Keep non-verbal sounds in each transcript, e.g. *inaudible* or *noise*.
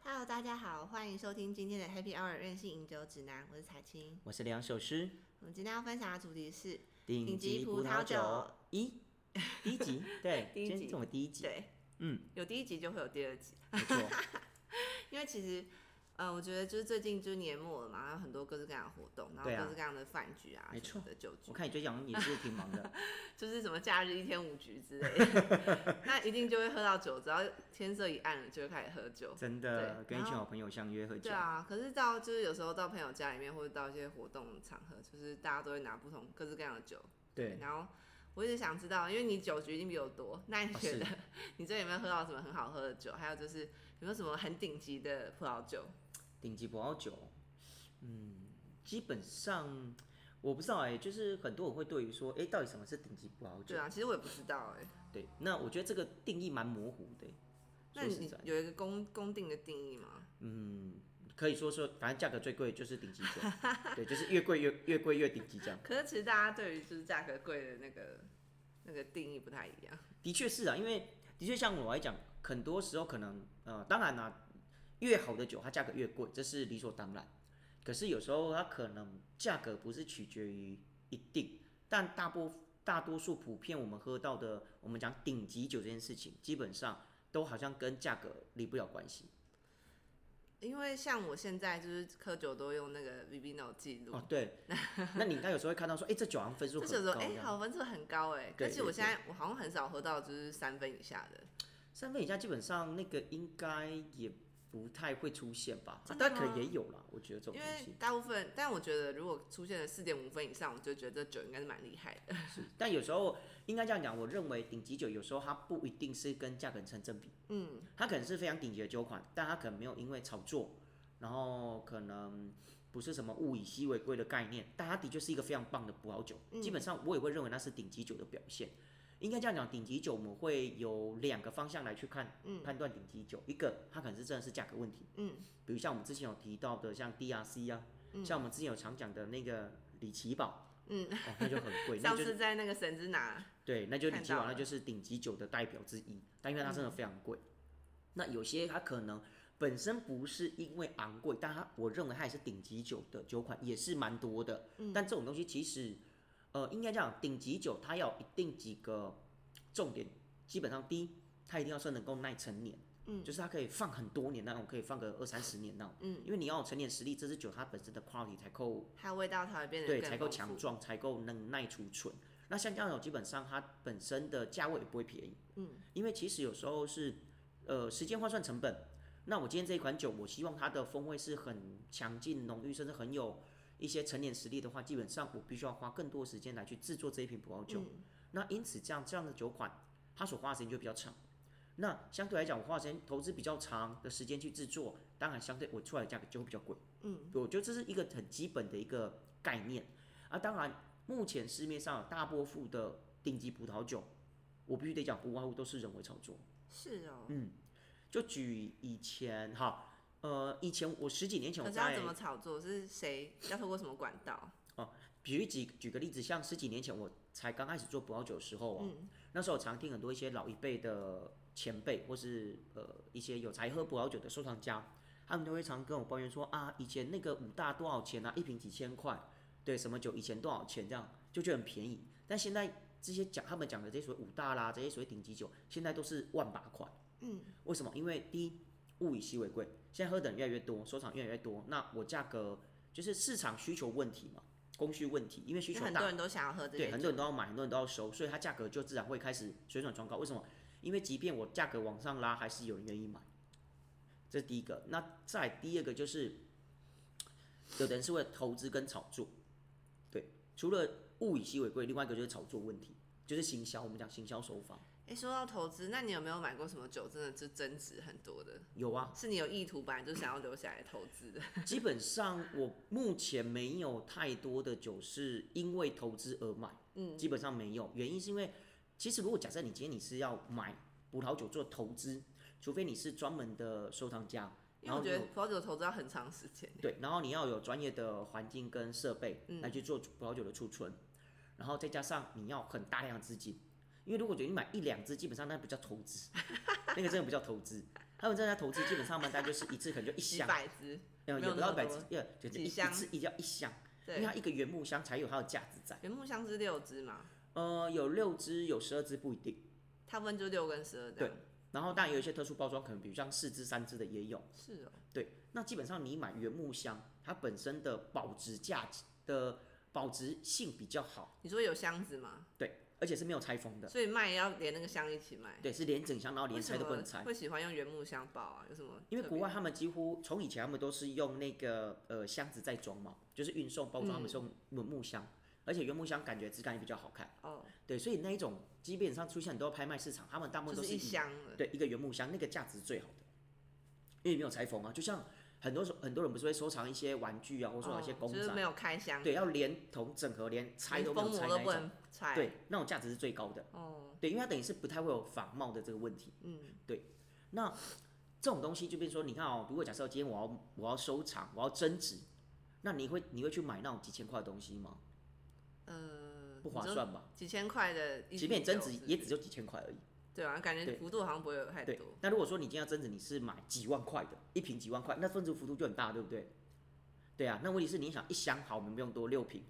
Hello，大家好，欢迎收听今天的 Happy Hour 任性饮酒指南，我是彩青。我是两首诗，我们今天要分享的主题是，顶级葡萄酒一，第 *laughs* 一集，对，第一集今天是我们第一集，对，嗯，有第一集就会有第二集，没错，因为其实。呃，我觉得就是最近就是年末了嘛，然后很多各式各样的活动，然后对啊各式各样的饭局啊，没什么错的酒局我，看你最近好像也是挺 *laughs* 忙的，就是什么假日一天五局之类的， *laughs* 那一定就会喝到酒，只要天色一暗了就会开始喝酒。真对的跟一群然后好朋友相约喝酒对，啊，可是到就是有时候到朋友家里面，或者到一些活动场合，就是大家都会拿不同各式各样的酒。对，然后我一直想知道，因为你酒局一定比我多，那你哦觉是得你这有没有喝到什么很好喝的酒？还有就是有没有什么很顶级的葡萄酒？顶级葡萄酒，嗯，基本上我不知道哎、就是很多人会对于说，哎、到底什么是顶级葡萄酒对？啊，其实我也不知道哎、对，那我觉得这个定义蛮模糊的、欸那说实你在，有一个公公定的定义吗？嗯，可以说说，反正价格最贵就是顶级 *laughs* 酒，对，就是越贵越越贵越顶级这样。可是其实大家对于就是价格贵的那个那个定义不太一样。的确是啊，因为的确像我来讲，很多时候可能呃，当然啦、越好的酒它价格越贵，这是理所当然。可是有时候它可能价格不是取决于一定，但大部大多数普遍我们喝到的，我们讲顶级酒这件事情，基本上都好像跟价格离不了关系。因为像我现在就是喝酒都用那个 Vivino 记录，哦， *laughs* 对，那你应该有时候会看到说，哎、这酒好像分数这很酒说高，哎、好分数很高哎、对而且我对现在我好像很少喝到就是三分以下的，三分以下基本上那个应该也不太会出现吧，真的但可吗能也有啦，我觉得这种因东西为。大部分，但我觉得如果出现了四点五分以上，我就觉得这酒应该是蛮厉害 *laughs* 的。但有时候应该这样讲，我认为顶级酒有时候它不一定是跟价格成正比，嗯，它可能是非常顶级的酒款，但它可能没有因为炒作，然后可能不是什么物以稀为贵的概念，但它的确是一个非常棒的葡萄酒。嗯基本上我也会认为那是顶级酒的表现。应该这样讲，顶级酒我们会有两个方向来去看、判断顶级酒，一个它可能是真的是价格问题，嗯，比如像我们之前有提到的，像 DRC 啊，像我们之前有常讲的那个李奇堡，嗯哦，那就很 *laughs* 贵，那上就次在那个神之拿，对，那就李看奇到堡，那了嗯就是顶级酒的代表之一，但因为它真的非常贵。那有些它可能本身不是因为昂贵，但它我认为它也是顶级酒的酒款，也是蛮多的。嗯但这种东西其实，呃，应该这样，顶级酒它要有一定几个重点，基本上第一，它一定要是能够耐陈年。嗯，就是它可以放很多年那种，可以放个二三十年那种。嗯，因为你要有陈年实力，这支酒它本身的 quality 才够它的味道才会变得对，更才够丰强富。壮，才够能耐储存。那像这样酒基本上它本身的价位也不会便宜，嗯，因为其实有时候是，呃，时间换算成本。那我今天这一款酒，我希望它的风味是很强劲、浓郁，甚至很有一些陈年实力的话，基本上我必须要花更多时间来去制作这一瓶葡萄酒。嗯那因此，这样这样的酒款，它所花的时间就比较长。那相对来讲，我花的时间投资比较长的时间去制作，当然相对我出来的价格就会比较贵。嗯，我觉得这是一个很基本的一个概念。啊，当然，目前市面上有大波幅的顶级葡萄酒，我必须得讲，不外乎都是人为炒作。是哦，嗯就举以前哈，呃，以前我十几年前我可是要在怎么炒作？是谁要透过什么管道？举几举个例子，像十几年前我才刚开始做葡萄酒的时候啊，嗯那时候我常听很多一些老一辈的前辈或是呃一些有才喝葡萄酒的收藏家，他们都会常跟我抱怨说啊，以前那个五大多少钱啊，一瓶几千块，对，什么酒以前多少钱这样，就觉得很便宜。但现在这些讲他们讲的这些所谓五大啦，这些所谓顶级酒，现在都是万把块。嗯，为什么？因为第一，物以稀为贵，现在喝的人越来越多，收藏越来越多，那我价格就是市场需求问题嘛，供需问题，因为需因为求很大多，人都想要喝这对，些很酒，多人都要买，很多人都要收，所以它价格就自然会开始水涨船高。为什么？因为即便我价格往上拉，还是有人愿意买，这是第一个。那再来第二个就是，有的人是为了投资跟炒作，对，除了物以稀为贵，另外一个就是炒作问题，就是行销，我们讲行销手法哎、说到投资，那你有没有买过什么酒，真的就增值很多的？有啊，是你有意图本来就想要留下来投资的？基本上我目前没有太多的酒是因为投资而买，嗯，基本上没有。原因是因为，其实如果假设你今天你是要买葡萄酒做投资，除非你是专门的收藏家，因然为后我你觉有得葡萄酒投资要很长时间。对，然后你要有专业的环境跟设备嗯来去做葡萄酒的储存，然后再加上你要很大 *laughs* 量的资金，因为如果觉得你买一两支，基本上那不叫投资，那个真的不叫投资，它他们在家投资基本上他们大概就是一次可能就一几箱，百支，呃，没也有不那到一么百多只，呃，就是几一一箱次一定要一箱，因为对它，一个原木箱才有它的价值在。原木箱是六支嘛，呃，有六只，有十二只不一定。它分就六跟十二这样，然后当然有一些特殊包装，可能比如像四只、三只的也有。是哦，对，那基本上你买原木箱，它本身的保值价值的保值性比较好，你说有箱子吗？对，而且是没有拆封的，所以卖也要连那个箱一起卖，对，是连整箱，然后为连什拆都不么能拆。会喜欢用原木箱包啊？有什么特别？因为国外他们几乎从以前他们都是用那个呃箱子在装嘛，就是运送包装，他们是用原木箱，而且原木箱感觉质感也比较好看。哦，对，所以那一种基本上出现很多拍卖市场，他们大部分就都是是一以箱的，对，一个原木箱，那个价值最好的，因为没有裁缝啊。就像很多时候很多人不是会收藏一些玩具啊，或者说一些哦公就仔，是没有开箱，对，要连同整合连拆连都没封有拆膜都那一不种，能拆，对，，那种价值是最高的。哦，对，因为它等于是不太会有仿冒的这个问题。嗯，那这种东西就变成说，你看哦，如果假设今天我要我要收藏，我要增值，那你会你会去买那种几千块的东西吗？呃，不你划说算吧？几千块的一瓶酒即是不是，便增值也只有几千块而已。对啊，感觉对幅度好像不会有太对多，，那如果说你今天要增值，你是买几万块的，一瓶几万块，那增值幅度就很大，对不对？对啊，那问题是你想一箱好，我们不用多 *laughs* 六瓶，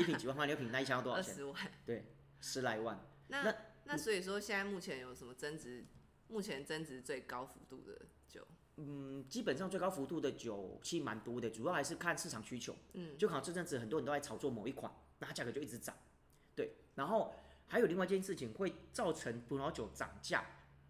一瓶几万块，六瓶那一箱要多少二钱？十万。 *laughs* 十来万。那那嗯那所以说，现在目前有什么增值？目前增值最高幅度的酒，嗯，基本上最高幅度的酒其实蛮多的，主要还是看市场需求。嗯，就好像这阵子很多人都在炒作某一款，那它价格就一直涨。对，然后还有另外一件事情会造成葡萄酒涨价，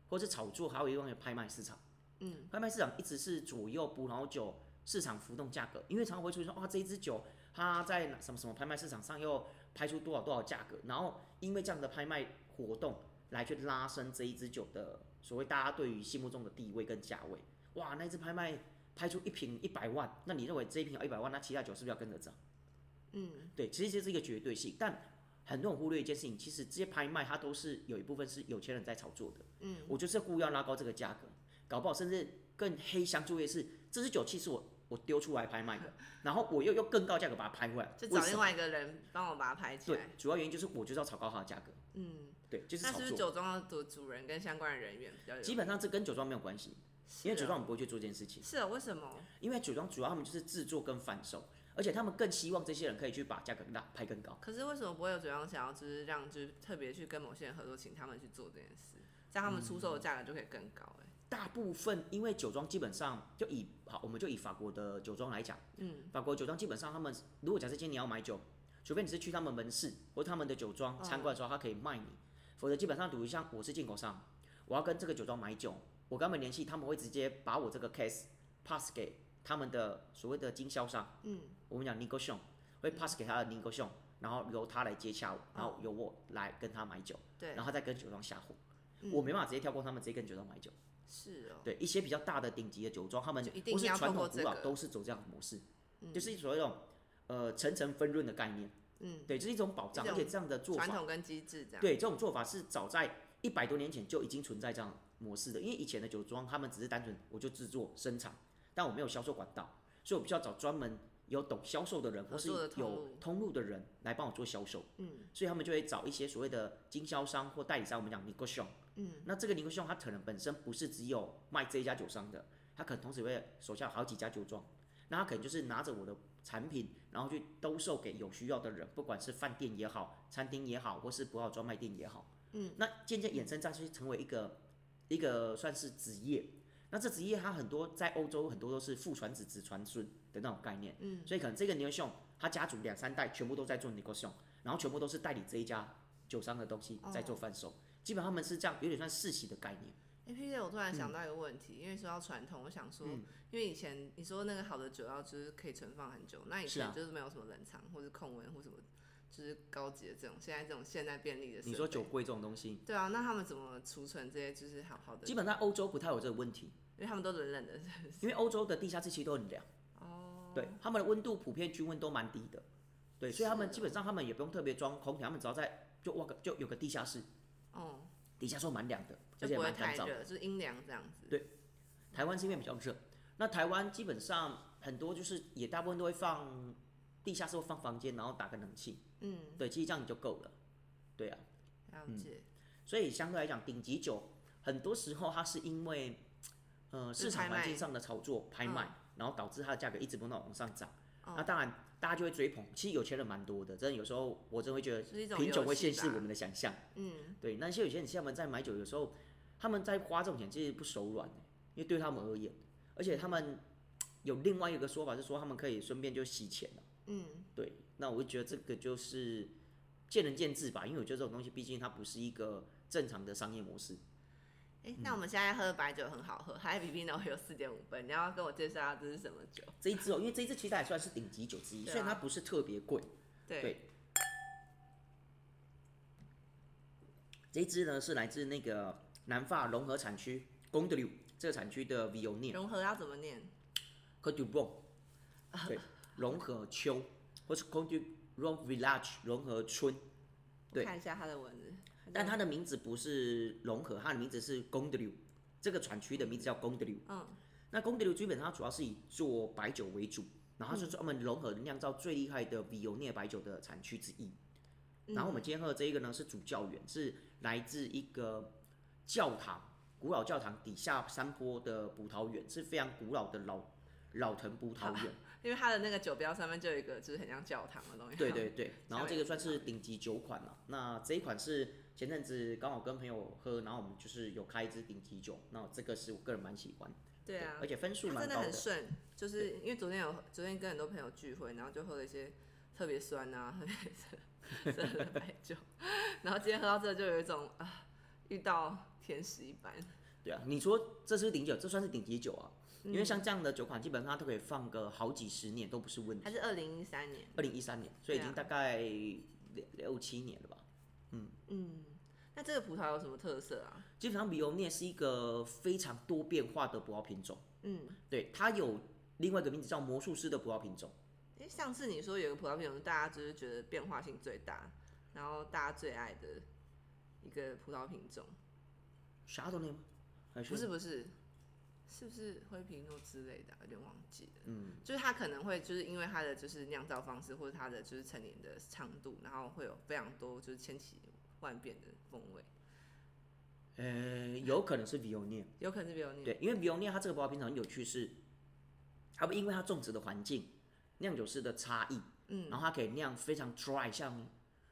或是炒作，还有一个拍卖市场。嗯，拍卖市场一直是左右葡萄酒市场浮动价格，因为常常会出现说，哇，啊这一支酒它在哪什么什么拍卖市场上又拍出多少多少价格，然后因为这样的拍卖活动来去拉升这一支酒的所谓大家对于心目中的地位跟价位。哇，那一支拍卖拍出一瓶一百万，那你认为这一瓶要一百万，那其他酒是不是要跟着涨？嗯，对，其实这是一个绝对性，但很多人忽略一件事情，其实这些拍卖它都是有一部分是有钱人在炒作的。嗯，我就是故意要拉高这个价格，搞不好甚至更黑箱作业是，这支酒器是我我丢出来拍卖的，然后我又用更高价格把它拍回来， *laughs* 就为找什另么外一个人帮我把它拍起对来。，主要原因就是我就是要炒高它的价格，嗯，对，就是那炒是不是作。酒庄的主主人跟相关的人员比较有？基本上这跟酒庄没有关系，因是为酒哦庄我们不会去做这件事情，是啊，为什么？因为酒庄主要他们就是制作跟贩售，而且他们更希望这些人可以去把价格拉拍更高。可是为什么不会有酒庄想要就是让就是特别去跟某些人合作，请他们去做这件事，这样他们出售的价格就可以更高、欸？大部分因为酒庄基本上就以好，我们就以法国的酒庄来讲，哦嗯，法国酒庄基本上他们如果假设今天你要买酒，除非你是去他们门市或他们的酒庄哦参观的时候，他可以卖你，否则基本上，比如像我是进口商，我要跟这个酒庄买酒，我跟他们联系，他们会直接把我这个 case pass 给他们的所谓的经销商，嗯，我们讲 n e g o t i o n 会 pass 给他的 n e g o t i o n 然后由他来接洽我，然后由我来跟他买酒，对嗯然，后他再跟酒庄下货，嗯我没办法直接跳过他们，直接跟酒庄买酒。是哦、对一些比较大的顶级的酒庄，他们就一定或是要传透过统古这老个都是走这样的模式，嗯就是所谓一种呃层层分润的概念。嗯，对，这是一种保障，一而种且这样的做传法，统跟机制这样。对这种做法是早在一百多年前就已经存在这样模式的。因为以前的酒庄他们只是单纯我就制作生产，但我没有销售管道，所以我必须要找专门有懂销售的人合或是作的通有路通路的人来帮我做销售。嗯所以他们就会找一些所谓的经销商或代理商，我们讲 n e g o t i o n 嗯，那这个 n e g o t i o n 它可能本身不是只有卖这一家酒商的，它可能同时会手下有好几家酒庄，那他可能就是拿着我的产品，然后去兜售给有需要的人，不管是饭店也好、餐厅也好，或是葡萄专卖店也好。嗯，那渐渐衍生再去成为一个一个算是职业。那这职业它很多在欧洲很多都是父传子、子传孙的那种概念。嗯，所以可能这个 n e g o t i o n 他家族两三代全部都在做 n e g o t i o n 然后全部都是代理这一家酒商的东西哦在做贩售。基本上他们是这样，有点算世袭的概念。哎、p J，我突然想到一个问题，因为说到传统，我想说，嗯因为以前你说那个好的酒要就是可以存放很久，那以是啊前就是没有什么冷藏或者控温或什么，就是高级的这种，现在这种现代便利的设备，你说酒柜这种东西，对啊，那他们怎么储存这些就是好好的？基因本上欧洲不太有这个问题，为他们都冷冷的， *laughs* 是不是因为欧洲的地下室其实都很凉。哦，啊对，他们的温度普遍均温都蛮低的，对，所以他们基本上他们也不用特别装空调，他们只要在就挖个就有个地下室，哦，底下说蛮凉的，而就且不会蛮干太燥。热，就是阴凉这样子。对台湾是因为比较热，那台湾基本上很多就是也大部分都会放地下室或放房间，然后打个冷气，嗯，对，其实这样你就够了，对啊，了解。所以相对来讲，顶级酒很多时候它是因为呃是市场拍环卖境上的炒作拍嗯卖，然后导致它的价格一直不断往上涨。哦那当然，大家就会追捧。其实有钱人蛮多的，真的有时候我真的会觉是一得种贫游穷嗯会戏限制吧我们的想象。嗯，对，那些有些人像我们在买酒，有时候他们在花这种钱其实不手软的，欸因为对他们而言，而且他们有另外一个说法是说他们可以顺便就洗钱了。嗯，对，那我就觉得这个就是见仁见智吧，因为我觉得这种东西毕竟它不是一个正常的商业模式。哎、那我们现在喝的白酒很好喝，还比 Pinot 有四点五分。你要跟我介绍一下这是什么酒？这一 *laughs* 支哦，因为这一支其实它也算是顶级酒之一，对啊虽然它不是特别贵。对，对这一支呢是来自那个南法融合产区 g o n d l u 这个产区的 v i o n i e 融合要怎么念？ c o d u b o 啊 n 对，融合丘或是 c o d u r o n Village 融合村，我对看一下它的文字。但它的名字不是融合，它的名字是 g o n d l u 这个产区的名字叫 g o n d l u 嗯，那 g o n d l u 基本上它主要是以做白酒为主，然后嗯它是专门融合酿造最厉害的 v i o n i e 白酒的产区之一。嗯然后我们今天喝的这一个呢是主教园，是来自一个教堂，古老教堂底下山坡的葡萄园，是非常古老的老老藤葡萄园。因为它的那个酒标上面就有一个，就是很像教堂的东西。对对对，然后下这面个算是顶级酒款了。那这一款是前阵子刚好跟朋友喝，然后我们就是有开一支顶级酒，那这个是我个人蛮喜欢， *laughs* 对啊而，且分数它蛮真的高很顺，就是因为昨天有昨天跟很多朋友聚会，然后就喝了一些特别酸啊、 *laughs* 特别涩涩的白酒，然后今天喝到这就有一种啊遇到天使一般。对啊，你说这是顶酒，这算是顶级酒啊，因为嗯像这样的酒款基本上它都可以放个好几十年都不是问题它。是二零一三年，二零一三年，所以已对啊经大概六六七年了吧。嗯，那这个葡萄有什么特色啊？基本上比欧涅是一个非常多变化的葡萄品种，嗯，对，它有另外一个名字叫魔术师的葡萄品种。因为上次你说有个葡萄品种，大家就是觉得变化性最大，然后大家最爱的一个葡萄品种，啥都那吗？还不是不是，是不是灰皮诺之类的啊？有点忘记了。嗯，就是它可能会就是因为它的就是酿造方式或者它的就是成年的长度，然后会有非常多就是千奇万变的风味，呃，有可能是比欧涅，有可能是比如你对，因为比欧涅它这个葡萄品种很有趣是，它不因为它种植的环境、酿酒师的差异，嗯然后它可以酿非常 dry，像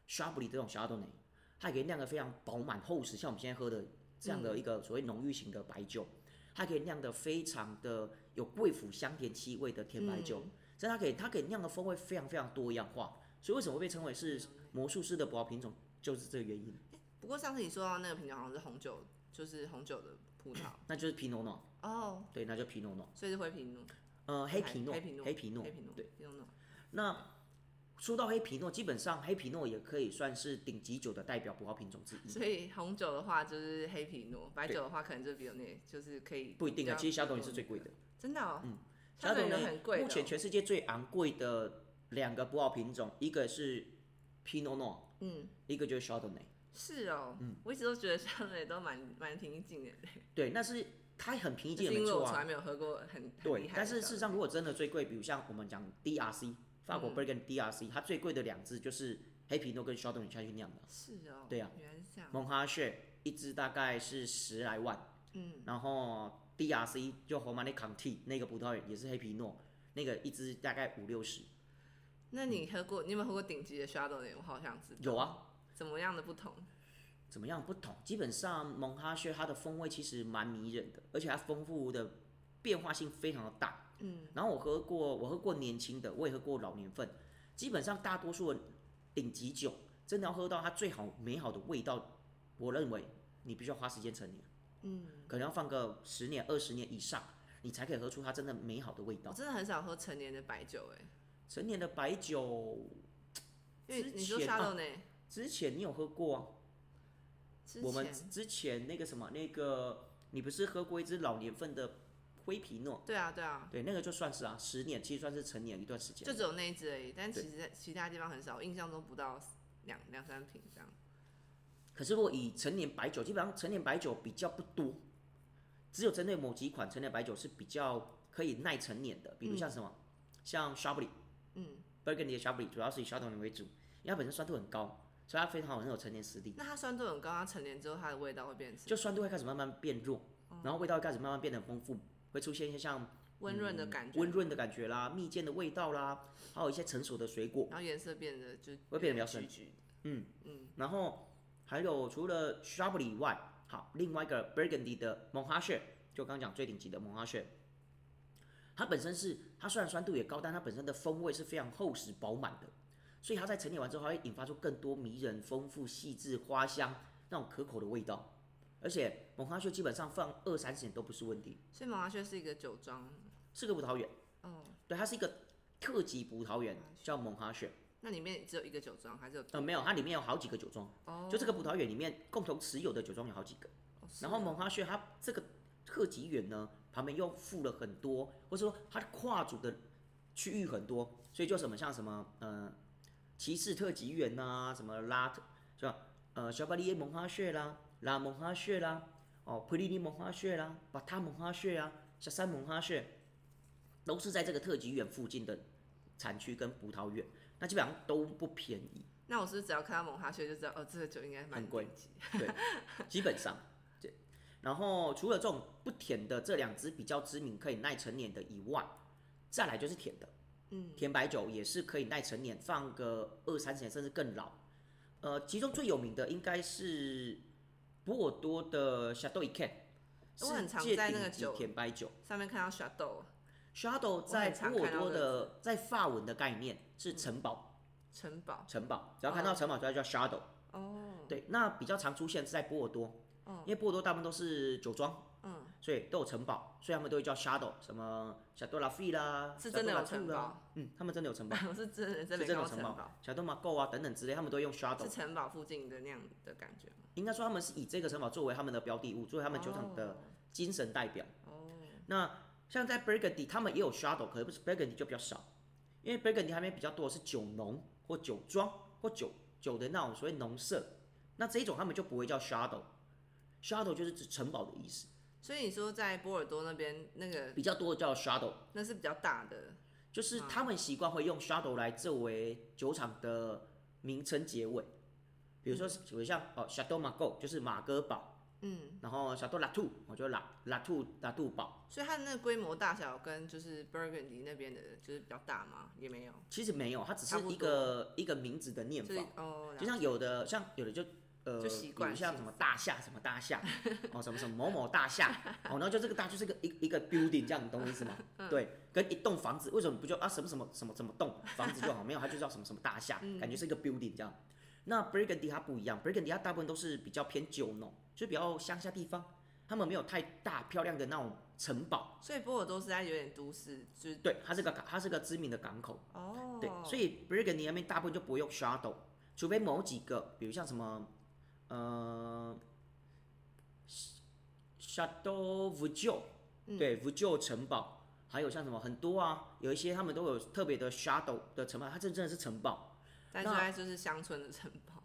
s h a b l y 这种 Chardonnay，它也可以酿得非常饱满厚实，像我们现在喝的这样嗯的一个所谓浓郁型的白酒，它可以酿得非常的有贵腐香甜气味的甜白酒，嗯所以它可以它可以酿的风味非常非常多样化，所以为什么会被称为是魔术师的葡萄品种，就是这个原因，不过上次你说到那个品种好像是红酒，就是红酒的葡萄那就是皮诺诺，哦，对，那就皮诺诺，所以是灰皮诺、呃，黑皮诺，黑皮诺、黑皮诺黑，皮诺，对，皮诺。那。说到黑皮诺，基本上黑皮诺也可以算是顶级酒的代表葡萄品种之一。所以红酒的话就是黑皮诺，白酒的话可能就是比如那，就是可以不一定啊，比较其实小董也是最贵的。真的哦，嗯，小董有呢很贵的哦目前全世界最昂贵的两个葡萄品种，一个是 Pinot Noir，嗯一个就是 Chardonnay。是哦，嗯我一直都觉得香的都蛮蛮平易近人的，对，那是它很平易就是近因人，没为我错从来啊。没有喝过很很厉对，害的但是小事的实上，如果真的最贵，比如像我们讲 DRC，嗯法国 Burgundy DRC，它最贵的两支就是黑皮诺跟 Chardonnay 下去酿的。是哦，对啊，原来是这样，蒙哈血一支大概是十来万，嗯，然后 DRC 就 h o m a n i Conti 那个葡萄园也是黑皮诺，那个一支大概五六十。那你喝过，你有没有喝过顶级的 Shadow 呢？我好想知道有啊，怎么样的不同，怎么样不同？基本上蒙哈薛它的风味其实蛮迷人的，而且它丰富的变化性非常的大。嗯，然后我喝过，我喝过年轻的，我也喝过老年份。基本上大多数的顶级酒，真的要喝到它最好美好的味道，我认为你必须要花时间陈年，嗯，可能要放个十年、二十年以上，你才可以喝出它真的美好的味我道。真的很少喝成年的白酒哎，成年的白酒因为你说之前 Shadow 啊呢，之前你有喝过啊、之我们前之前那个什么，那个你不是喝过一支老年份的灰皮诺？对啊对啊，对，那个就算是啊，十年其实算是成年一段时间就。只有那一支而已，但对其实在其他地方很少，我印象中不到两两三瓶这样，可是如果以成年白酒，基本上成年白酒比较不多，只有针对某几款成年白酒是比较可以耐成年的，比如像什么，像 Chablis 嗯， Burgundy 的 Chablis 主要是以 Chardonnay 为主，因为它本身酸度很高，所以它非常好，很有成年实力。那它酸度很高，它成年之后它的味道会变成就酸度会开始慢慢变弱，然后味道开始慢慢变得很丰富，会出现一些像温润的感觉，温润的感觉啦、蜜饯的味道啦，还有一些成熟的水果。然后颜色变得就会变得比较橘深橘的嗯，嗯，然后还有除了 Chablis 以外，好，另外一个 Burgundy 的蒙哈雪，就刚刚讲最顶级的蒙哈雪，它本身是它虽然酸度也高，但它本身的风味是非常厚实饱满的，所以它在陈年完之后，它会引发出更多迷人、丰富、细致、花香那种可口的味道。而且蒙哈雪基本上放二三十年都不是问题，所以蒙阿雀是一个酒庄，是个葡萄园，哦，啊对，它是一个特级葡萄园蒙哈，叫蒙哈雪。那里面只有一个酒庄还是有呃，没有，它里面有好几个酒庄，哦，就这个葡萄园里面共同持有的酒庄有好几个。哦，是然后哦蒙哈穴它这个特级园呢，旁边又附了很多，或者说它跨组的区域很多，所以就什么像什么呃骑士特级园呐、什么拉特是吧？呃，小巴利耶蒙哈穴啦，拉蒙哈穴啦，哦，普利尼蒙哈穴啦，巴塔蒙哈穴啊，小山蒙哈穴，都是在这个特级园附近的产区跟葡萄园，那基本上都不便宜。那我是不是只要看到蒙哈雀就知道，哦，这个酒应该蛮很贵顶级基本上对。然后除了这种不甜的这两支比较知名可以耐陈年的以外，再来就是甜的，嗯，甜白酒也是可以耐陈年，放个二三十年甚至更老。呃，其中最有名的应该是波尔多的 Shadow e c a n 我很常世界在那个顶级酒甜白酒。上面看到小豆 Shadow 很在常波尔看到多这个的在法文的概念是城堡，城堡，城堡，只要看到哦城堡就要叫 Shadow。哦，对，那比较常出现是在波尔多，哦因为波尔多大部分都是酒庄，嗯，所以都有城堡，所以他们都会叫 Shadow，什么啊小多拉菲啦，是真的有城 Shadow La Fu 啦，堡，嗯，他们真的有城堡，我 *laughs* 是真的是真真没的看有到城城堡，小多马够啊等等之类，他们都会用是 Shadow，城堡附近的那样的感觉吗？应该说他们是以这个城堡作为他们的标的物，作为他们酒厂的精神代表。哦，哦那像在 Burgundy，他们也有 Shadow，可是不是 Burgundy 就比较少，因为 Burgundy 他们比较多的是酒农或酒庄或酒酒的那种所谓农舍，那这一种他们就不会叫 Shadow，Shadow 就是指城堡的意思，所以你说在波尔多那边那个比较多的叫 Shadow。那是比较大的，就是他们习惯会用 shadow 来作为酒厂的名称结尾，比如说是，比如像哦 shadow m a g o 就是马哥堡，嗯，然后 shadow la tu 我就拉拉兔拉兔堡，所以它的那个规模大小跟就是 Burgundy 那边的就是比较大吗？也没有，其实没有，它只差是不一个一个名字的念所以法，哦，就像有的像有的就。呃，就比习如惯像性什么大厦什么 *laughs* 大厦，哦什么什么某某大厦，哦然后就这个大就是一个一一个 building 这样，你懂我意思吗？嗯对，跟一栋房子为什么不就啊什么什么什么什么栋房子就好？没有，它就叫什么什么大厦，嗯感觉是一个 building 这样。那 Burgundy 它不一样，Burgundy 它大部分都是比较偏酒农，就比较乡下地方，他们没有太大漂亮的那种城堡。所以波尔多是在有点都市，就是对，它是个港，它是个知名的港口。哦，对，所以 Burgundy 那边大部分就不会用 Shadow，除非某几个，比如像什么呃 Shadow v u j o 嗯对 v u j o 城堡，还有像什么很多啊，有一些他们都有特别的 Shadow 的城堡，它这真的是城堡，但那现在就是乡村的城堡，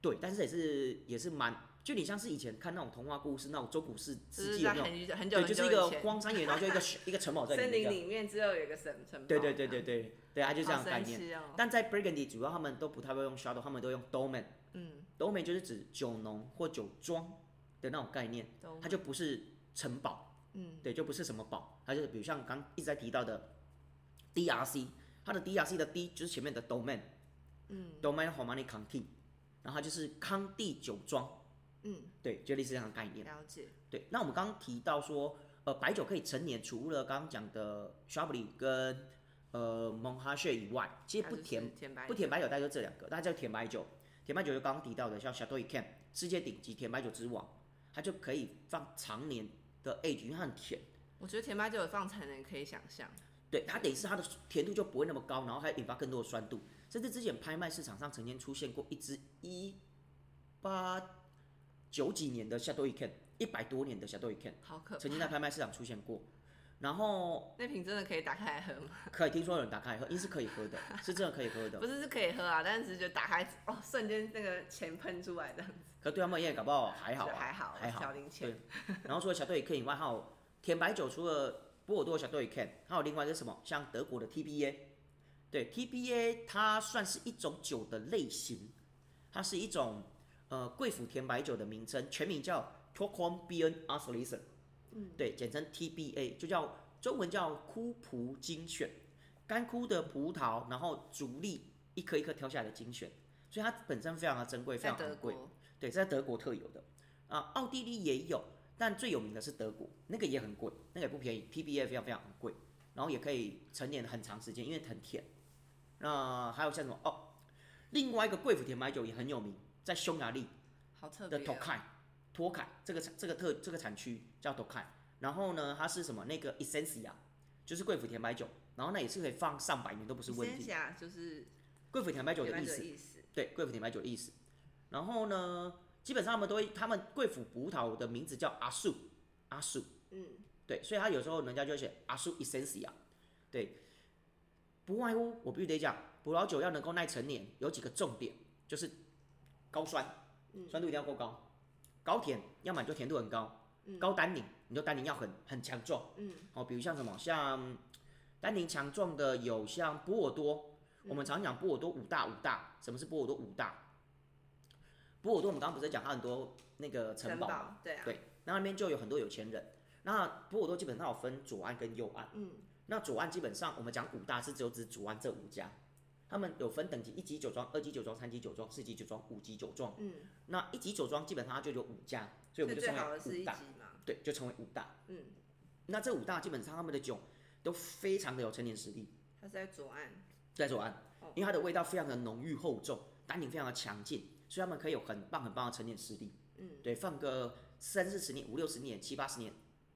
对，但是也是也是蛮，就你像是以前看那种童话故事，那种中古世就世是纪有在那种，很久很久对，很就是久一个以前荒山野，然后就一个 *laughs* 一个城堡在里森面这林样，里面只有有一个城城堡，对对对对对对，它就这样，这样好的概神念。奇哦，但在 Burgundy 主要他们都不太会用 Shadow，他们都用 Domain。嗯，斗美就是指酒农或酒庄的那种概念，懂它，就不是城堡，嗯，对，就不是什么堡，它就是比如像刚一直在提到的 DRC，它的 DRC 的 D 就是前面的 domain，嗯 domain Romani County，然后它就是康帝酒庄，嗯，对，就类似这样的概念。了解，对，那我们刚刚提到说，呃，白酒可以陈年，除了刚刚讲的 Chablis 跟呃蒙哈谢以外，其实它不就是甜甜白不甜白酒大概就这两个，大概叫甜白酒。甜白酒就刚刚提到的，像 Chateau e c a n 世界顶级甜白酒之王，它就可以放常年的 age，因为它很甜。我觉得甜白酒有放才能可以想象，对，它等于是它的甜度就不会那么高，然后还引发更多的酸度。甚至之前拍卖市场上曾经出现过一支一八九几年的 Chateau e c a n 一百多年的 Chateau e c a n 好可曾经在怕，拍卖市场出现过。然后那瓶真的可以打开来喝吗？可以听说有人打开来喝，因为是可以喝的，是真的可以喝 *laughs* 的不。是是可以喝啊，但是只是觉得打开哦，瞬间那个钱喷出来的，可对他们也搞不好还好就啊，还好，还好小零钱，然后除了小队 K 以外，还有甜白酒，除了波尔多的小队 K，还有另外一个什么，像德国的 TBA，对 TBA 它算是一种酒的类型，它是一种呃贵腐甜白酒的名称，全名叫 t o r k h o m b i e r a s l i s e n 嗯，对，简称 TBA，就叫中文叫枯葡精选，干枯的葡萄，然后逐粒一颗一颗挑下来的精选，所以它本身非常的珍贵，非在常德昂贵。国，对，是在德国特有的啊，奥地利也有，但最有名的是德国，那个也很贵，那个也不便宜，PBA 非常非常贵，然后也可以陈年很长时间，因为很甜。那、还有像什么哦，另外一个贵腐甜白酒也很有名，在匈牙利好特的别、托哦。凯，托凯这个这个特这个产区叫托凯，然后呢，它是什么那个 Essencia，就是贵腐甜白酒，然后那也是可以放上百年都不是问仙题。侠就是贵腐甜白酒原的来意的思意思，对，贵腐甜白酒的意思。然后呢，基本上他们都会，他们贵腐葡萄的名字叫阿树，阿树，嗯，对，所以他有时候人家就会写阿树 essencia，对，不外乎我必须得讲，葡萄酒要能够耐陈年，有几个重点，就是高酸，酸度一定要够高，高甜，要么你就甜度很高，高单宁，你就单宁要很很强壮，嗯，哦，比如像什么，像单宁强壮的有像波尔多，我们常讲波尔多五大五大，什么是波尔多五大？波尔多我们刚刚不是在讲它很多那个城堡嘛，对啊，对那那边就有很多有钱人。那波尔多基本上有分左岸跟右岸，嗯，那左岸基本上我们讲五大是只有指左岸这五家，他们有分等级，一级酒庄、二级酒庄、三级酒庄、四级酒庄、五级酒庄。嗯，那一级酒庄基本上它就有五家，所所以我以们就最称好的是为一五大，级嘛，对，就称为五大。嗯，那这五大基本上他们的酒都非常的有陈年实力，它是在左岸，在左岸哦，因为它的味道非常的浓郁厚重，单宁非常的强劲，所以他们可以有很棒很棒的陈年实力。嗯，对，放个三四十年、五六十年、七八十年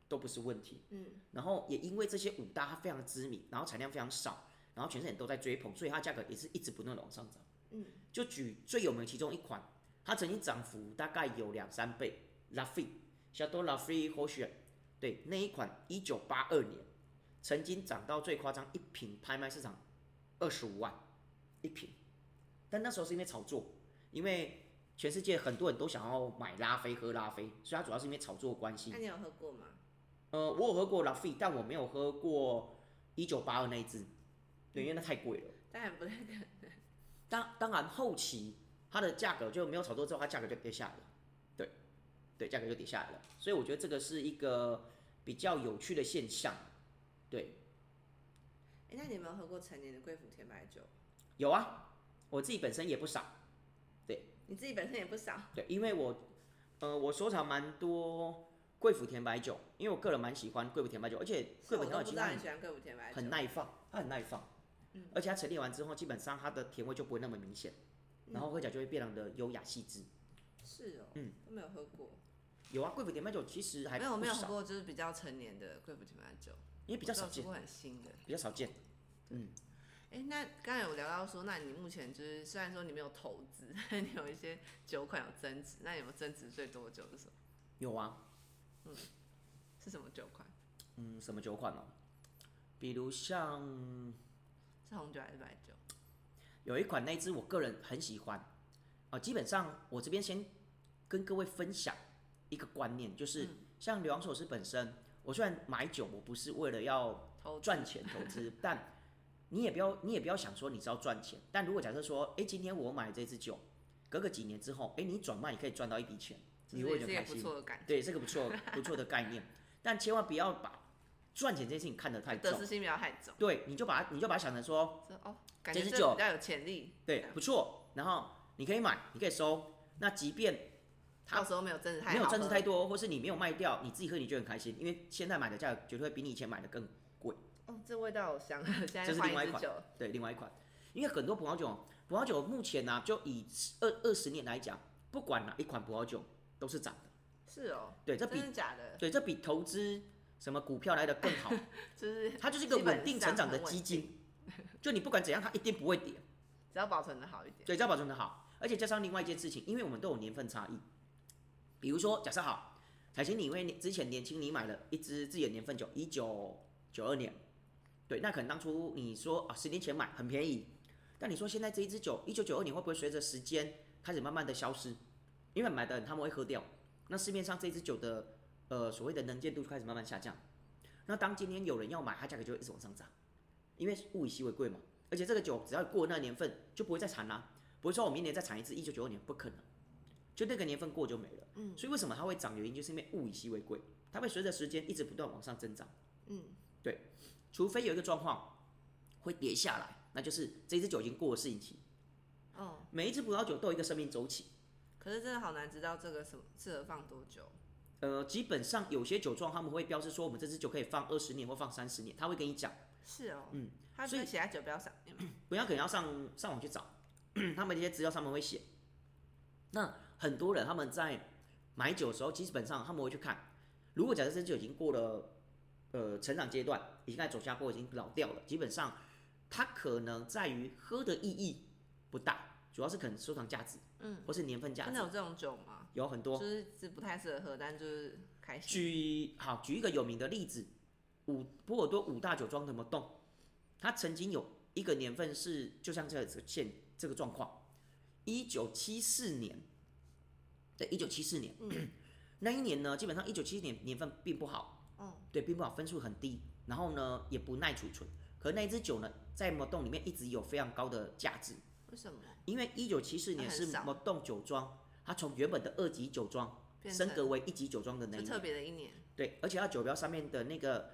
都不是问题。嗯，然后也因为这些五大它非常知名，然后产量非常少，然后全世界都在追捧，所以它价格也是一直不断的往上涨。嗯，就举最有名的其中一款，它曾经涨幅大概有两三倍，Lafite Chateau Lafite h o s h e 对那一款一九八二年曾经涨到最夸张，一瓶拍卖市场二十五万一瓶，但那时候是因为炒作，因为全世界很多人都想要买拉菲喝拉菲，所以它主要是因为炒作关系那。你有喝过吗？呃，我有喝过拉菲，但我没有喝过一九八二那一支，对，因为那太贵了。当然不太可能， *laughs* 当当然后期它的价格就没有炒作之后，它价格就跌下来了，对，对，价格就跌下来了。所以我觉得这个是一个比较有趣的现象。对，哎、那你有没有喝过成年的贵腐甜白酒？有啊，我自己本身也不少，你自己本身也不少，对，因为我呃我收藏蛮多贵腐甜白酒，因为我个人蛮喜欢贵腐甜白酒，而且是贵腐我甜都不白知酒其道实你喜欢贵腐甜白酒，很耐放，它很耐放，嗯而且它陈列完之后，基本上它的甜味就不会那么明显，嗯然后喝起来就会变得优雅细致。是哦，嗯，都没有喝过，有啊，贵腐甜白酒其实还没有我不没有喝少，过，就是比较成年的贵腐甜白酒，因为比较少我只有见吃，过很新的。比较少见。哎、那刚才有聊到说，那你目前就是虽然说你没有投资， *laughs* 但你有一些酒款有增值，那你有没有增值最多的酒是什么？有啊，是什么酒款？嗯，什么酒款哦？比如像是红酒还是白酒？有一款那一支我个人很喜欢，呃，基本上我这边先跟各位分享一个观念，就是、嗯像刘洋首饰本身，我虽然买酒我不是为了要投赚钱投资， *laughs* 但你也不要你也不要想说你是要赚钱，但如果假设说，诶，今天我买这支酒，隔个几年之后，诶，你转卖你可以赚到一笔钱，就你是会也是觉得一个开不心。错的感对，这个不错 *laughs* 不错的概念，但千万不要把赚钱这件事情看得太觉，得重失。心不要太重。对，你就把它你就把它想成说，说哦，感这觉支这酒比较有潜力，对，不错，然后你可以买，你可以收。那即便它到时候没有增值太没有好增值喝太多，或是你没有卖掉，你自己喝你就很开心，因为现在买的价格绝对会比你以前买的更哦，这味道我香，现在这是换另外一一支款酒，对，另外一款，因为很多葡萄酒，葡萄酒目前呢、就以二二十年来讲，不管哪一款葡萄酒都是涨的。是哦，对，这真比的假的？对这比投资什么股票来的更好，就是它就是一个 *laughs* 基本稳定上成长的很稳基金，就你不管怎样，它一定不会跌。只要保存的好一点，对，这样保存的好。而且加上另外一件事情，因为我们都有年份差异，比如说假设好，彩琴你因为你之前年轻你买了一支自己的年份酒，一九九二年，对，那可能当初你说啊十年前买很便宜，但你说现在这一支酒一九九二年会不会随着时间开始慢慢的消失？因为买的人他们会喝掉，那市面上这支酒的呃所谓的能见度就开始慢慢下降。那当今天有人要买，它价格就会一直往上涨，因为物以稀为贵嘛。而且这个酒只要过那个年份就不会再产啦、不是说我明年再产一次，一九九二年不可能，就那个年份过就没了。嗯，所以为什么它会涨？原因就是因为物以稀为贵，它它会随着时间一直不断往上增长。嗯，除非有一个状况会跌下来，那就是这支酒已经过了适应期。哦，每一支葡萄酒都有一个生命周期，可是真的好难知道这个什么适合放多久。呃，基本上有些酒庄他们会标示说我们这支酒可以放二十年或放三十年，他会跟你讲，是哦，嗯，他所以嗯们写在酒标上面嘛。不要可能要上上网去找， *clears throat* 他们那些资料上面会写。那很多人他们在买酒的时候，基本上他们会去看，如果假设这支酒已经过了呃成长阶段，已经在走下坡，已经老掉了，基本上它可能在于喝的意义不大，主要是可能收藏价值嗯，或是年份价真值的有这种酒吗？有很多就。是是不太适合喝，但就是开心。举好举一个有名的例子，五波尔多五大酒庄怎么动？它曾经有一个年份是就像这个现这个状况，一九七四年，对，一九七四年，嗯 *clears throat* 那一年呢，基本上一九七四年年份并不好，哦，对，并不好，分数很低，然后呢也不耐储存，可那一支酒呢在摩洞里面一直有非常高的价值，为什么因为一九七四年它是很少摩洞酒庄，它从原本的二级酒庄变升成格为一级酒庄的那一就年特。别的一年？对，而且它酒标上面的那个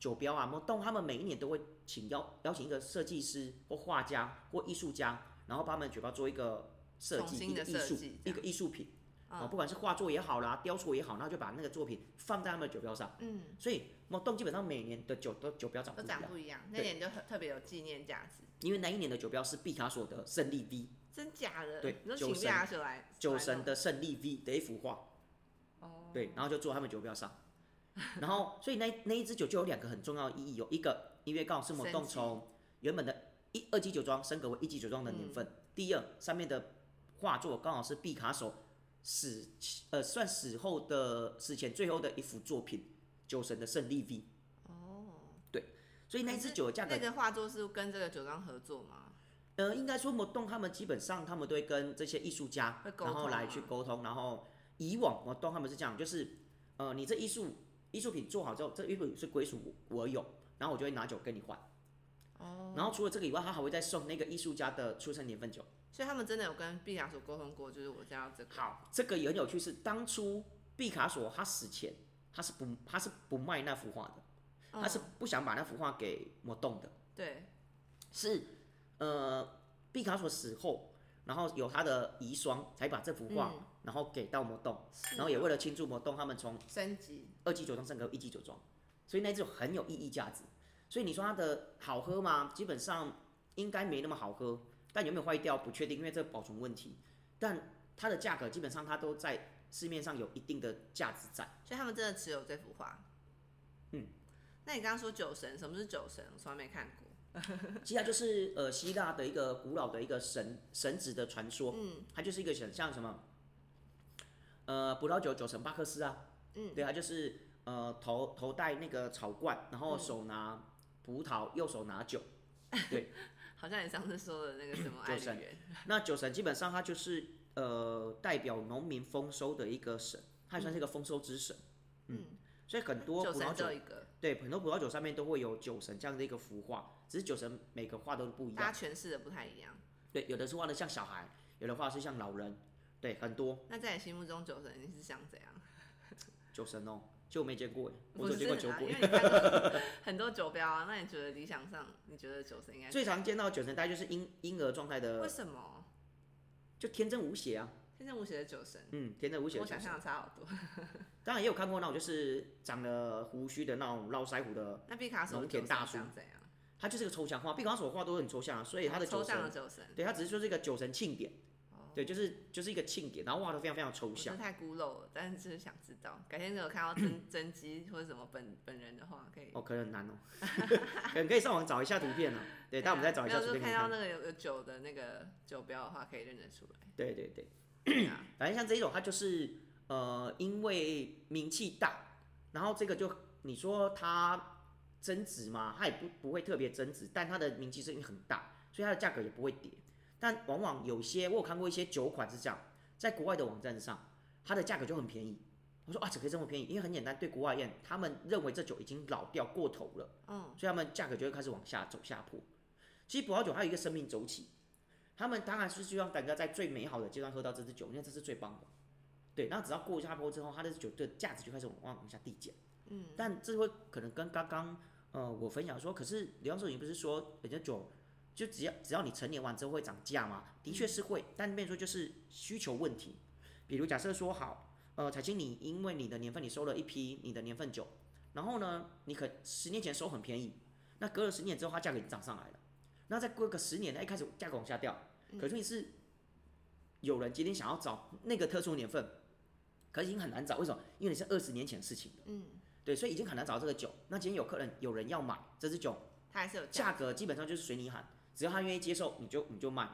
酒标啊，摩动他们每一年都会请邀邀请一个设计师或画家或艺术家，然后帮他们酒标做一个设重计，新一个的艺设术计，这一样个艺术品啊、嗯不管是画作也好啦，雕塑也好，那就把那个作品放在他们的酒标上。嗯，所以摩动基本上每年的酒都酒标长不都一长样，不一样，那对年就很特别有纪念价值。因为那一年的酒标是毕卡索的胜利 V，真假的？对你说酒请神毕加索来酒来神弄的胜利 V 的一幅画。哦，对，然后就做他们酒标上。 *laughs* 然后，所以那那一支酒就有两个很重要的意义、哦，有一个因为刚好是某升栋级从原本的一二级酒庄升格为一级酒庄的年份。嗯第二，上面的画作刚好是毕卡索死呃算死后的死前最后的一幅作品《酒神的胜利 V》，哦，所以那一支酒的价格那个画作是跟这个酒庄合作吗？呃，应该说摩动他们基本上他们都会跟这些艺术家会，沟然后通啊来吗去沟通，然后以往摩动他们是这样，就是呃，你这艺术艺术品做好之后，这艺术品是归属我我有，然后我就会拿酒跟你换，哦，然后除了这个以外，他还会再送那个艺术家的出生年份酒。所以他们真的有跟毕加索沟通过，就是我这样子。好，这个也很有趣，是当初毕卡索他死前他是不他是不卖那幅画的，嗯，他是不想把那幅画给摩动的，对，是呃，毕卡索死后，然后有他的遗孀才把这幅画，嗯然后给到魔洞，是然后也为了庆祝魔洞他们从升级，二级酒庄升格为一级酒庄，所以那支酒很有意义价值。所以你说它的好喝吗？基本上应该没那么好喝，但有没有坏掉不确定，因为这保存问题。但它的价格基本上它都在市面上有一定的价值在。所以他们真的持有这幅画。嗯，那你刚刚说酒神，什么是酒神？我从来没看过。其他就是呃希腊的一个古老的一个神神职的传说，嗯，它就是一个很像什么，呃，葡萄酒酒神巴克斯啊，嗯对，他就是呃头头戴那个草冠，然后嗯手拿葡萄，右手 *laughs* 拿酒。好像你上次说的那个什么爱 *laughs* 酒丽神园，那酒神基本上他就是呃代表农民丰收的一个神，他也算是一个丰收之神，嗯，所以很多酒葡萄神只酒有一个，对很多葡萄酒上面都会有酒神这样的一个幅画，只是酒神每个画都不一样大，家诠释的不太一样。对，有的是画的像小孩，有的画是像老人，对，很多。那在你心目中酒神你是想怎样？酒神哦，就没见过哎，我不只有是见过酒啊，因鬼为。你看过很多酒标啊，那你觉得理想上，你觉得酒神应该最常见到的酒神大概就是婴婴儿状态为的，什么？就天真无邪啊，天真无邪的酒神，嗯，天真无邪跟的我想酒神。象的差好多。当然也有看过那种就是长了胡须的那种络腮胡的，那毕卡索的农田酒神大叔长怎样？他就是个抽象画，毕卡索画都很抽象啊，所以他的哦抽酒象的神，酒神，对他只是说这个酒神庆典，哦对，就是就是一个庆典，然后画的非常非常抽我真象的。太孤陋了，但是就是想知道，改天如果看到 *clears throat* 真真机或者什么本本人的话，可以。哦，可能 *laughs* 很难哦，可能可以上网找一下图片啊。对，但我们再找一下没图有就片给看你到那看。个有有酒的那个酒标的话，可以认得出来。对对对。对啊，反正像这一种，它就是呃，因为名气大，然后这个就你说它增值嘛，它也不不会特别增值，但它的名气是因为很大，所以它的价格也不会跌。但往往有些我有看过一些酒款是这样，在国外的网站上，它的价格就很便宜。我说啊，怎么可以这么便宜？因为很简单，对国外而言，他们认为这酒已经老掉过头了。嗯，所以他们价格就会开始往下走下坡。其实葡萄酒它有一个生命周期，他们当然是希望大家在最美好的阶段喝到这支酒，因为这是最棒的。对，那只要过下坡之后，它的酒的价值就开始往往下递减。嗯，但这会可能跟刚刚呃我分享说，可是流浪兽你不是说人家酒就只要只要你成年完之后会涨价吗？的确是会，但变成说就是需求问题。比如假设说好，呃，彩青你因为你的年份你收了一批你的年份酒，然后呢，你可十年前收很便宜，那隔了十年之后它价格已经涨上来了，那再过个十年，它一开始价格往下掉，可是你是有人今天想要找那个特殊年份，可是已经很难找，为什么？因为你是二十年前的事情了，嗯，对，所以已经很难找这个酒。那今天有客人有人要买这支酒，它还是有价，格基本上就是随你喊，只要他愿意接受，你就你就卖。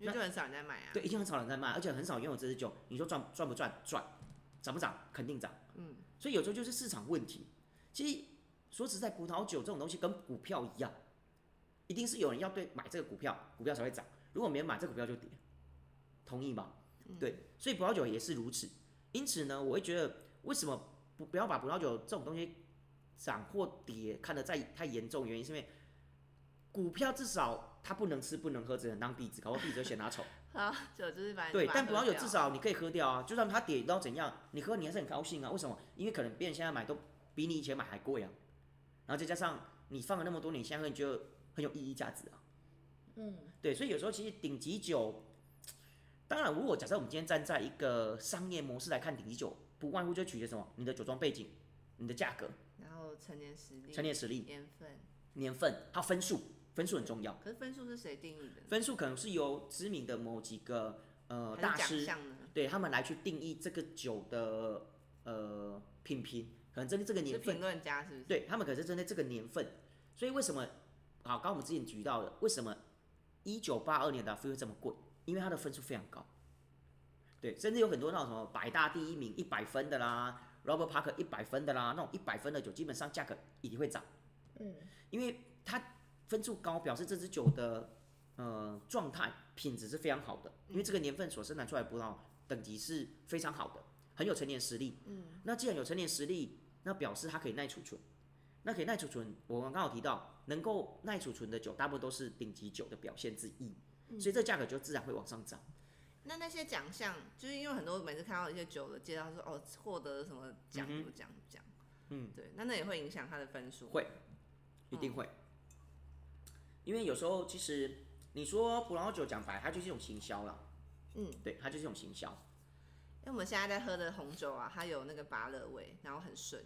因为就很少人在买啊。对，已经很少人在卖，而且很少拥有这支酒，你说赚赚不赚？赚，涨不涨？肯定涨。嗯，所以有时候就是市场问题。其实说实在，葡萄酒这种东西跟股票一样，一定是有人要对买这个股票，股票才会涨。如果没人买，这个股票就跌。同意吗？对，所以葡萄酒也是如此。因此呢，我会觉得为什么不不要把葡萄酒这种东西涨或跌看得再太严重，原因是因为股票至少它不能吃不能喝，只能当壁纸，搞不好壁纸就显拿丑。 *laughs* *laughs* 好，酒就是把你对，把它但葡萄喝酒掉至少你可以喝掉啊，就算它跌到怎样，你喝你还是很高兴啊。为什么？因为可能别人现在买都比你以前买还贵啊，然后再加上你放了那么多年，现在喝你觉得很有意义价值啊。嗯，对，所以有时候其实顶级酒，当然如果假设我们今天站在一个商业模式来看顶级酒，不外乎就取决什么，你的酒庄背景、你的价格、然后成年实力、陈年实力、年份，年份，它分数，分数很重要。可是分数是谁定义的？分数可能是由知名的某几个呃还大是师奖项呢？对他们来去定义这个酒的呃品评，可能针对这个是年份评，论家是不是？对他们可能是针对这个年份。所以为什么好？刚刚我们之前提到的，为什么一九八二年的 f 会这么贵？因为它的分数非常高，对，甚至有很多那种什么百大第一名一百分的啦，Robert Parker 一百分的啦，那种一百分的酒基本上价格一定会涨，嗯，因为它分数高，表示这支酒的呃状态品质是非常好的，因为这个年份所生产出来的葡萄等级是非常好的，很有成年实力，嗯，那既然有成年实力，那表示它可以耐储存。那可以耐储存，我刚刚有提到，能够耐储存的酒，大部分都是顶级酒的表现之一，嗯所以这价格就自然会往上涨。那那些奖项，就是因为很多每次看到一些酒的介绍说哦获得了什么奖嗯哼什么奖什么奖，嗯，对，那那也会影响他的分数。会一定会。嗯因为有时候其实你说葡萄酒讲白，它就是一种行销啦。嗯，对，它就是一种行销。因为我们现在在喝的红酒啊，它有那个芭乐味，然后很顺，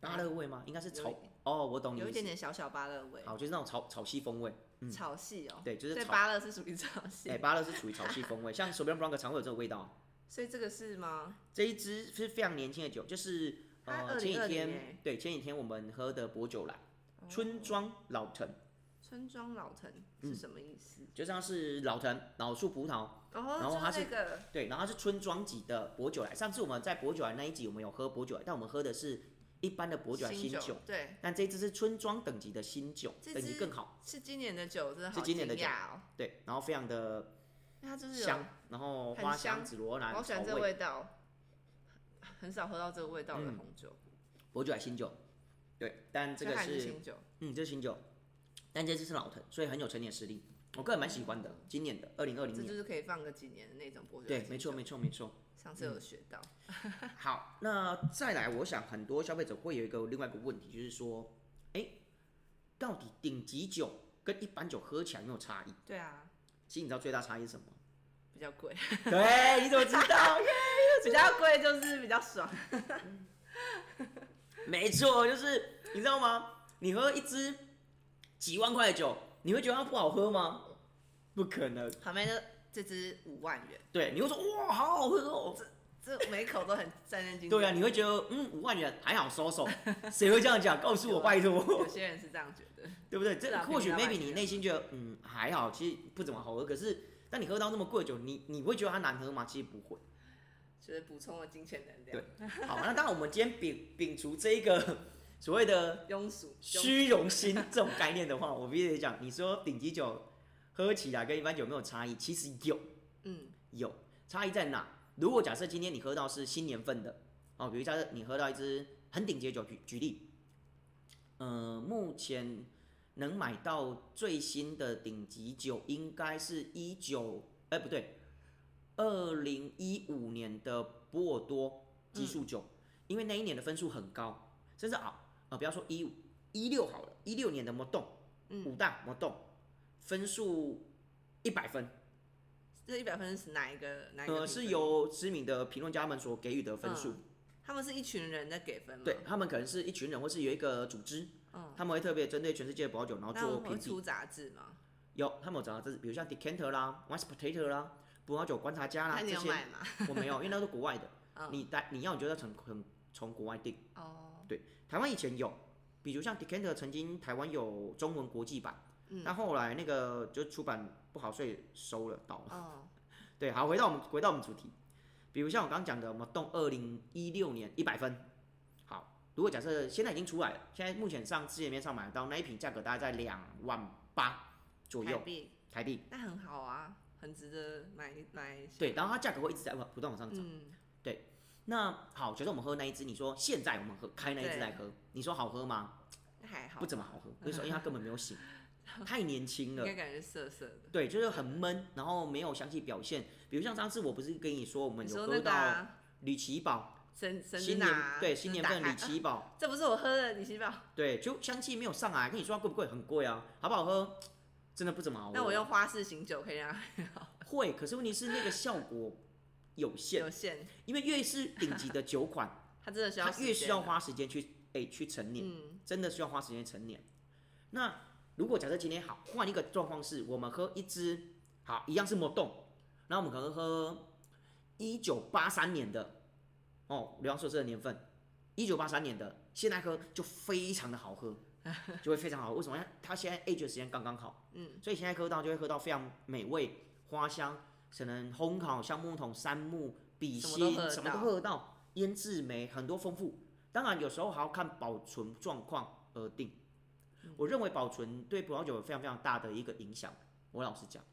芭乐味吗？应该是有草一哦，我懂你有一意点思。点小小芭乐味，好，就是那种草草系风味。嗯草系哦，对，就所是以草。芭乐是属于草系，哎、芭乐是属于草系风味，像 s o b r a n Blanc 常会有这种味道。所以这个是吗？这一支是非常年轻的酒，就是它呃前几2020天、欸对前几天我们喝的薄酒啦，春嗯庄老藤。哦村庄老藤是什么意思？就像是老藤、老树葡萄，哦，然后它就是是那个对，然后它是春庄级的薄酒来。上次我们在薄酒来那一集，我们有喝薄酒来，但我们喝的是一般的薄酒来新酒，酒，对，但这一支是春庄等级的新酒，这等级支更好。是今年的酒，真的是好今惊年的酒讶哦，对，然后非常的因为它就是有香，然后很花香香、紫罗我兰、好喜欢这草个味，味道，很少喝到这个味道的红酒，薄酒来新酒。对，但这就个它也是新酒，嗯，这是新酒，但这支是老藤，所以很有陈年实力。我个人蛮喜欢的，今年的二零二零这就年。是可以放个几年的那种波士对，顿没错，新酒没嗯错，没错。上次有学到，好，那再来，我想很多消费者会有一个另外一个问题，就是说，哎、到底顶级酒跟一般酒喝起来有没有差异？对啊，其实你知道最大差异是什么？比较贵， *laughs* 对，你怎么知道？比较贵就是比较爽，没错，就是你知道吗？你喝一支几万块的酒，你会觉得它不好喝吗？不可能。旁边的这支五万元， *laughs* 对，你会说哇，好好喝哦。这每口都很战战兢兢，对啊，你会觉得嗯，五万元还好收 *laughs* 手，谁会这样讲？告诉我，拜托。 *laughs* 有些人是这样觉得，对不对？是这啊或许平常 maybe 买你的内心觉得嗯还好，其实不怎么好喝。可是当你喝到那么贵的酒，你你会觉得它难喝吗？其实不会。就是补充了金钱能量，好，那当然我们今天摒摒除这一个所谓的庸俗，庸俗虚荣心这种概念的话，我必须得讲，你说顶级酒喝起来跟一般酒有没有差异？其实有嗯，有差异在哪？如果假设今天你喝到是新年份的哦，比如假设你喝到一支很顶级的酒，举举例，呃，目前能买到最新的顶级酒应该是一九，哎不对，二零一五年的波尔多基数酒，因为那一年的分数很高，甚至啊啊，不要说一五一六好了，一六年的魔动，五嗯大魔动分数一百分，这一百分是哪一个哪一个评分？呃，嗯是由知名的评论家们所给予的分数。他们是一群人在给分吗？对，他们可能是一群人，或是有一个组织，嗯他们会特别针对全世界的葡萄酒，然后那我做们会评比。出杂志吗？有，他们有找到这，比如像 decanter 啦、wine spectator 啦、葡萄酒观察家啦那啊这你有些，买吗？ *laughs* 我没有，因为那都是国外的。 *laughs* 嗯你带你要你就要从从从国外订。哦，台湾以前有，比如像 decanter 曾经台湾有中文国际版，嗯但后来那个就出版不好，所以收了倒了。哦，对，好，回到我们回到我们主题，比如像我刚刚讲的，我们动二零一六年一百分，好，如果假设现在已经出来了，现在目前上市界面上买得到那一瓶价格大概在两万八左台右币，台币，那很好啊，很值得买买。对，然后它价格会一直在往不断往上涨。嗯，那好，假设我们喝那一支，你说现在我们喝开那一支对来喝，你说好喝吗？那还好不，怎么好喝，为什么？因为它根本没 *laughs* 有醒，太年轻应了。该感觉涩涩的。对，就是很闷，然后没有详细表现。比如像上次我不是跟你说，我们你有说喝那个到啊吕奇堡神神之新年拿，对就是新年打份开嗯啊吕奇堡，这不是我喝的李奇宝，对，就香气没有上来。跟你说它贵不贵？很贵啊，好不好喝？真的不怎么好喝。哦那我用花式醒酒可以让它会，可是问题是那个效果有限有，限，因为越是顶级的酒款，它真的 *laughs* 需要它时越需要间的花时间去哎、去陈年，嗯真的需要花时间陈年。那如果假设今天好换一个状况是，我们喝一支好一样是摩动，然后我们可能喝一九八三年的哦，刘洋硕士的年份，一九八三年的，现在喝就非常的好喝，就会非常好喝。为什么？它现在 age 的时间刚刚好，嗯，所以现在喝到就会喝到非常美味、花香，可能烘烤、橡木桶、杉木、比什么都心喝得什么都到喝得到，腌制梅很多丰富。当然有时候还要看保存状况而定。嗯我认为保存对葡萄酒有非常非常大的一个影响。我老实讲，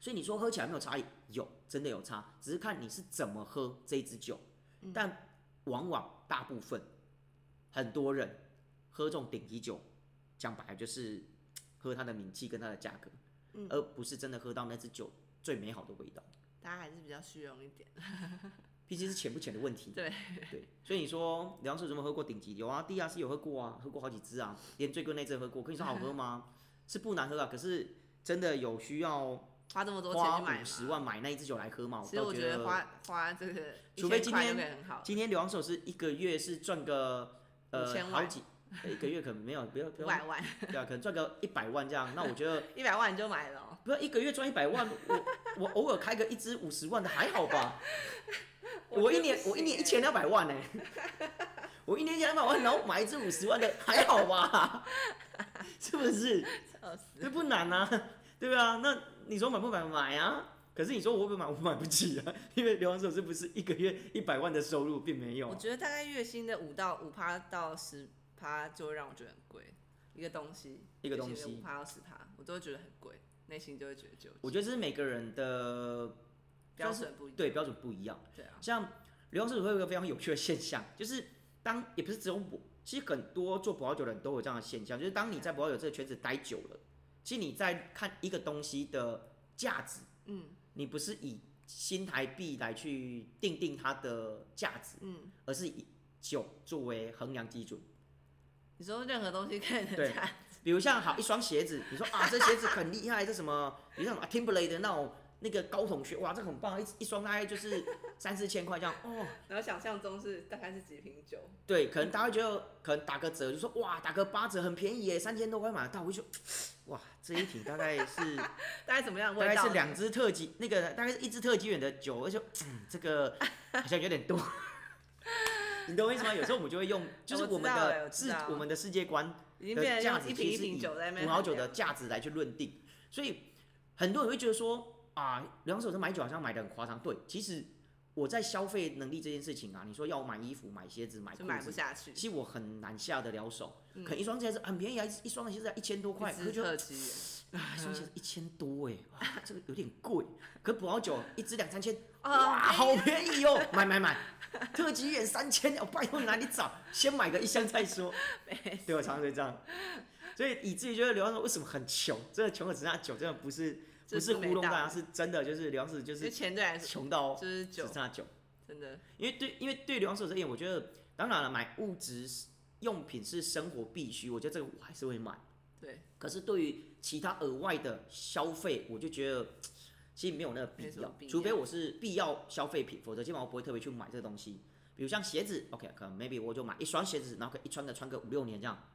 所以你说喝起来没有差异，有真的有差，只是看你是怎么喝这一支酒。嗯但往往大部分很多人喝这种顶级酒，讲白了就是喝它的名气跟它的价格，嗯而不是真的喝到那支酒最美好的味道。大家还是比较虚荣一点。毕竟是钱不钱的问题。 *laughs* 对对，所以你说梁氏有没有喝过顶级？有啊，地下室有喝过啊，喝过好几支啊，连最贵那支喝过。可你说好喝吗？ *laughs* 是不难喝啊，可是真的有需要花这么多钱花去买五嘛十万买那一支酒来喝吗？其实倒我觉觉得花花这个一除非千今块天就可以很好了，今天刘洋手是一个月是赚个五呃千万好几，呃一个月可能没有，不要不五要，百万，对啊，可能赚个一百万这样。那我觉得一百万你就买了哦、不要一个月赚一百万，我我偶尔开个一支五十万的还好吧？ *laughs* 我 *laughs* 我觉得一年不我一年一行千欸 *laughs* 两百万呢、我一年一千两百万，然后买一支五十万的还好吧？ *laughs* 是不是？笑死这不难啊，对啊。那你说买不买买啊？可是你说我会不会买？我买不起啊，因为刘洋手是不是一个月一百万的收入并没有我啊？觉得大概月薪的五到五趴到十趴，就会让我觉得很贵。一个东西，一个东西五趴到十趴，我都会觉得很贵，内心就会觉得纠结。我觉得这是每个人的标准不一样。对标准不一样。对啊，像刘老师会有一个非常有趣的现象，就是当也不是只有我，其实很多做葡萄酒的人都有这样的现象，就是当你在葡萄酒这个圈子待久了，其实你在看一个东西的价值，嗯你不是以新台币来去定定它的价值，嗯，而是以酒作为衡量基准。你说任何东西看人对家，比如像好一双鞋子，你说啊这鞋子很厉害，这什么，比如像什么啊 Timberlake 的那种那个高筒靴，哇这很棒，一一双大概就是三四千块这样，哦。然后想象中是大概是几瓶酒，对，可能大家会觉得可能打个折，就说哇，打个八折很便宜耶，三千多块买得到。我就觉得哇，这一瓶大概 *laughs* 是大概怎么样的大味概道？是两支特级，那个大概是一支特级远的酒，而且嗯，*laughs* 这个好像有点多。 *laughs* 你懂我意思吗？有时候我们就会 *laughs* 用，就是我知们道了我的知世道，我们的世界观已经变成价像值一瓶其一实瓶以酒在那边葡萄酒衡的量价值来去论定，所以很多人会觉得说啊，两手是买酒好像买的很夸张。对，其实我在消费能力这件事情啊，你说要我买衣服、买鞋子、买就裤买不子，下去，其实我很难下得了手。嗯可能一双鞋子很便宜啊，一一双鞋子一千多块，一可是支就特级人啊，一双鞋子一千多哎，哇，这个有点贵。可葡萄酒一支两三千，哇，啊，好便宜哦，买买买。特级眼三千，我拜托你哪里找？先买个一箱再说。对我常常会这样，所以以至于觉得刘洋说为什么很穷，真的穷的只剩下酒，真的不是这不是没糊弄道大家，理，是真的就是刘洋是就就是是钱对来说穷到就是只酒剩，下酒。真的因为对，因为对刘洋手而言，我觉得当然了，买物质用品是生活必须，我觉得这个我还是会买。对，可是对于其他额外的消费，我就觉得其实没有那个必没什要，么必除非要我是必要消费品，否则基本上我不会特别去买这个东西。比如像鞋 *laughs* 子，OK，可能 maybe 我就买一双鞋子，然后可以一穿个穿个五六年这样，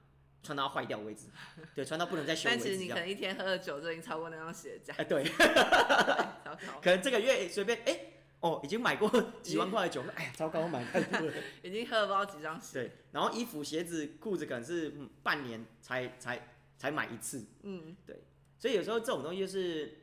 穿到坏掉 *laughs* 为止，对，穿到不能再修为但止其实这你可样。能一天喝的酒就已经超过那双鞋价哎、，对， *laughs* 糟糕，可能这个月随便哎、哦，已经买 *laughs* 过几万块的酒，哎呀，糟糕，我买太多了。已经喝了不知道几张鞋。对，然后衣服、鞋子、裤子可能是嗯半年才才才买一次，嗯，所以有时候这种东西就是，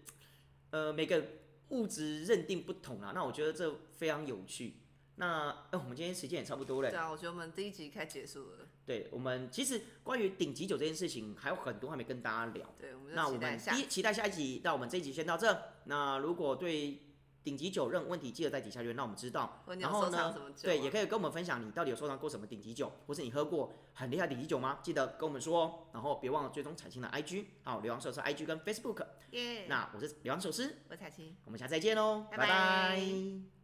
呃，每个物质认定不同啊啦。那我觉得这非常有趣。那哎、我们今天时间也差不多对了。啊，我觉得我们第一集该结束了，对，我们其实关于顶级酒这件事情还有很多还没跟大家聊。对，我们那就我期待们一下第。一期待下一集，那我们这一集先到这。那如果对顶级酒任何问题，记得在底下留言，让我们知道。或者你然要后收藏呢什么酒啊？对，也可以跟我们分享你到底有收藏过什么顶级酒，或是你喝过很厉害的顶级酒吗？记得跟我们说哦。然后别忘了追踪彩青的 IG，好，刘洋寿司 IG 跟 Facebook。耶，那我是刘洋寿司，我彩青。我们下次再见喽，拜拜拜拜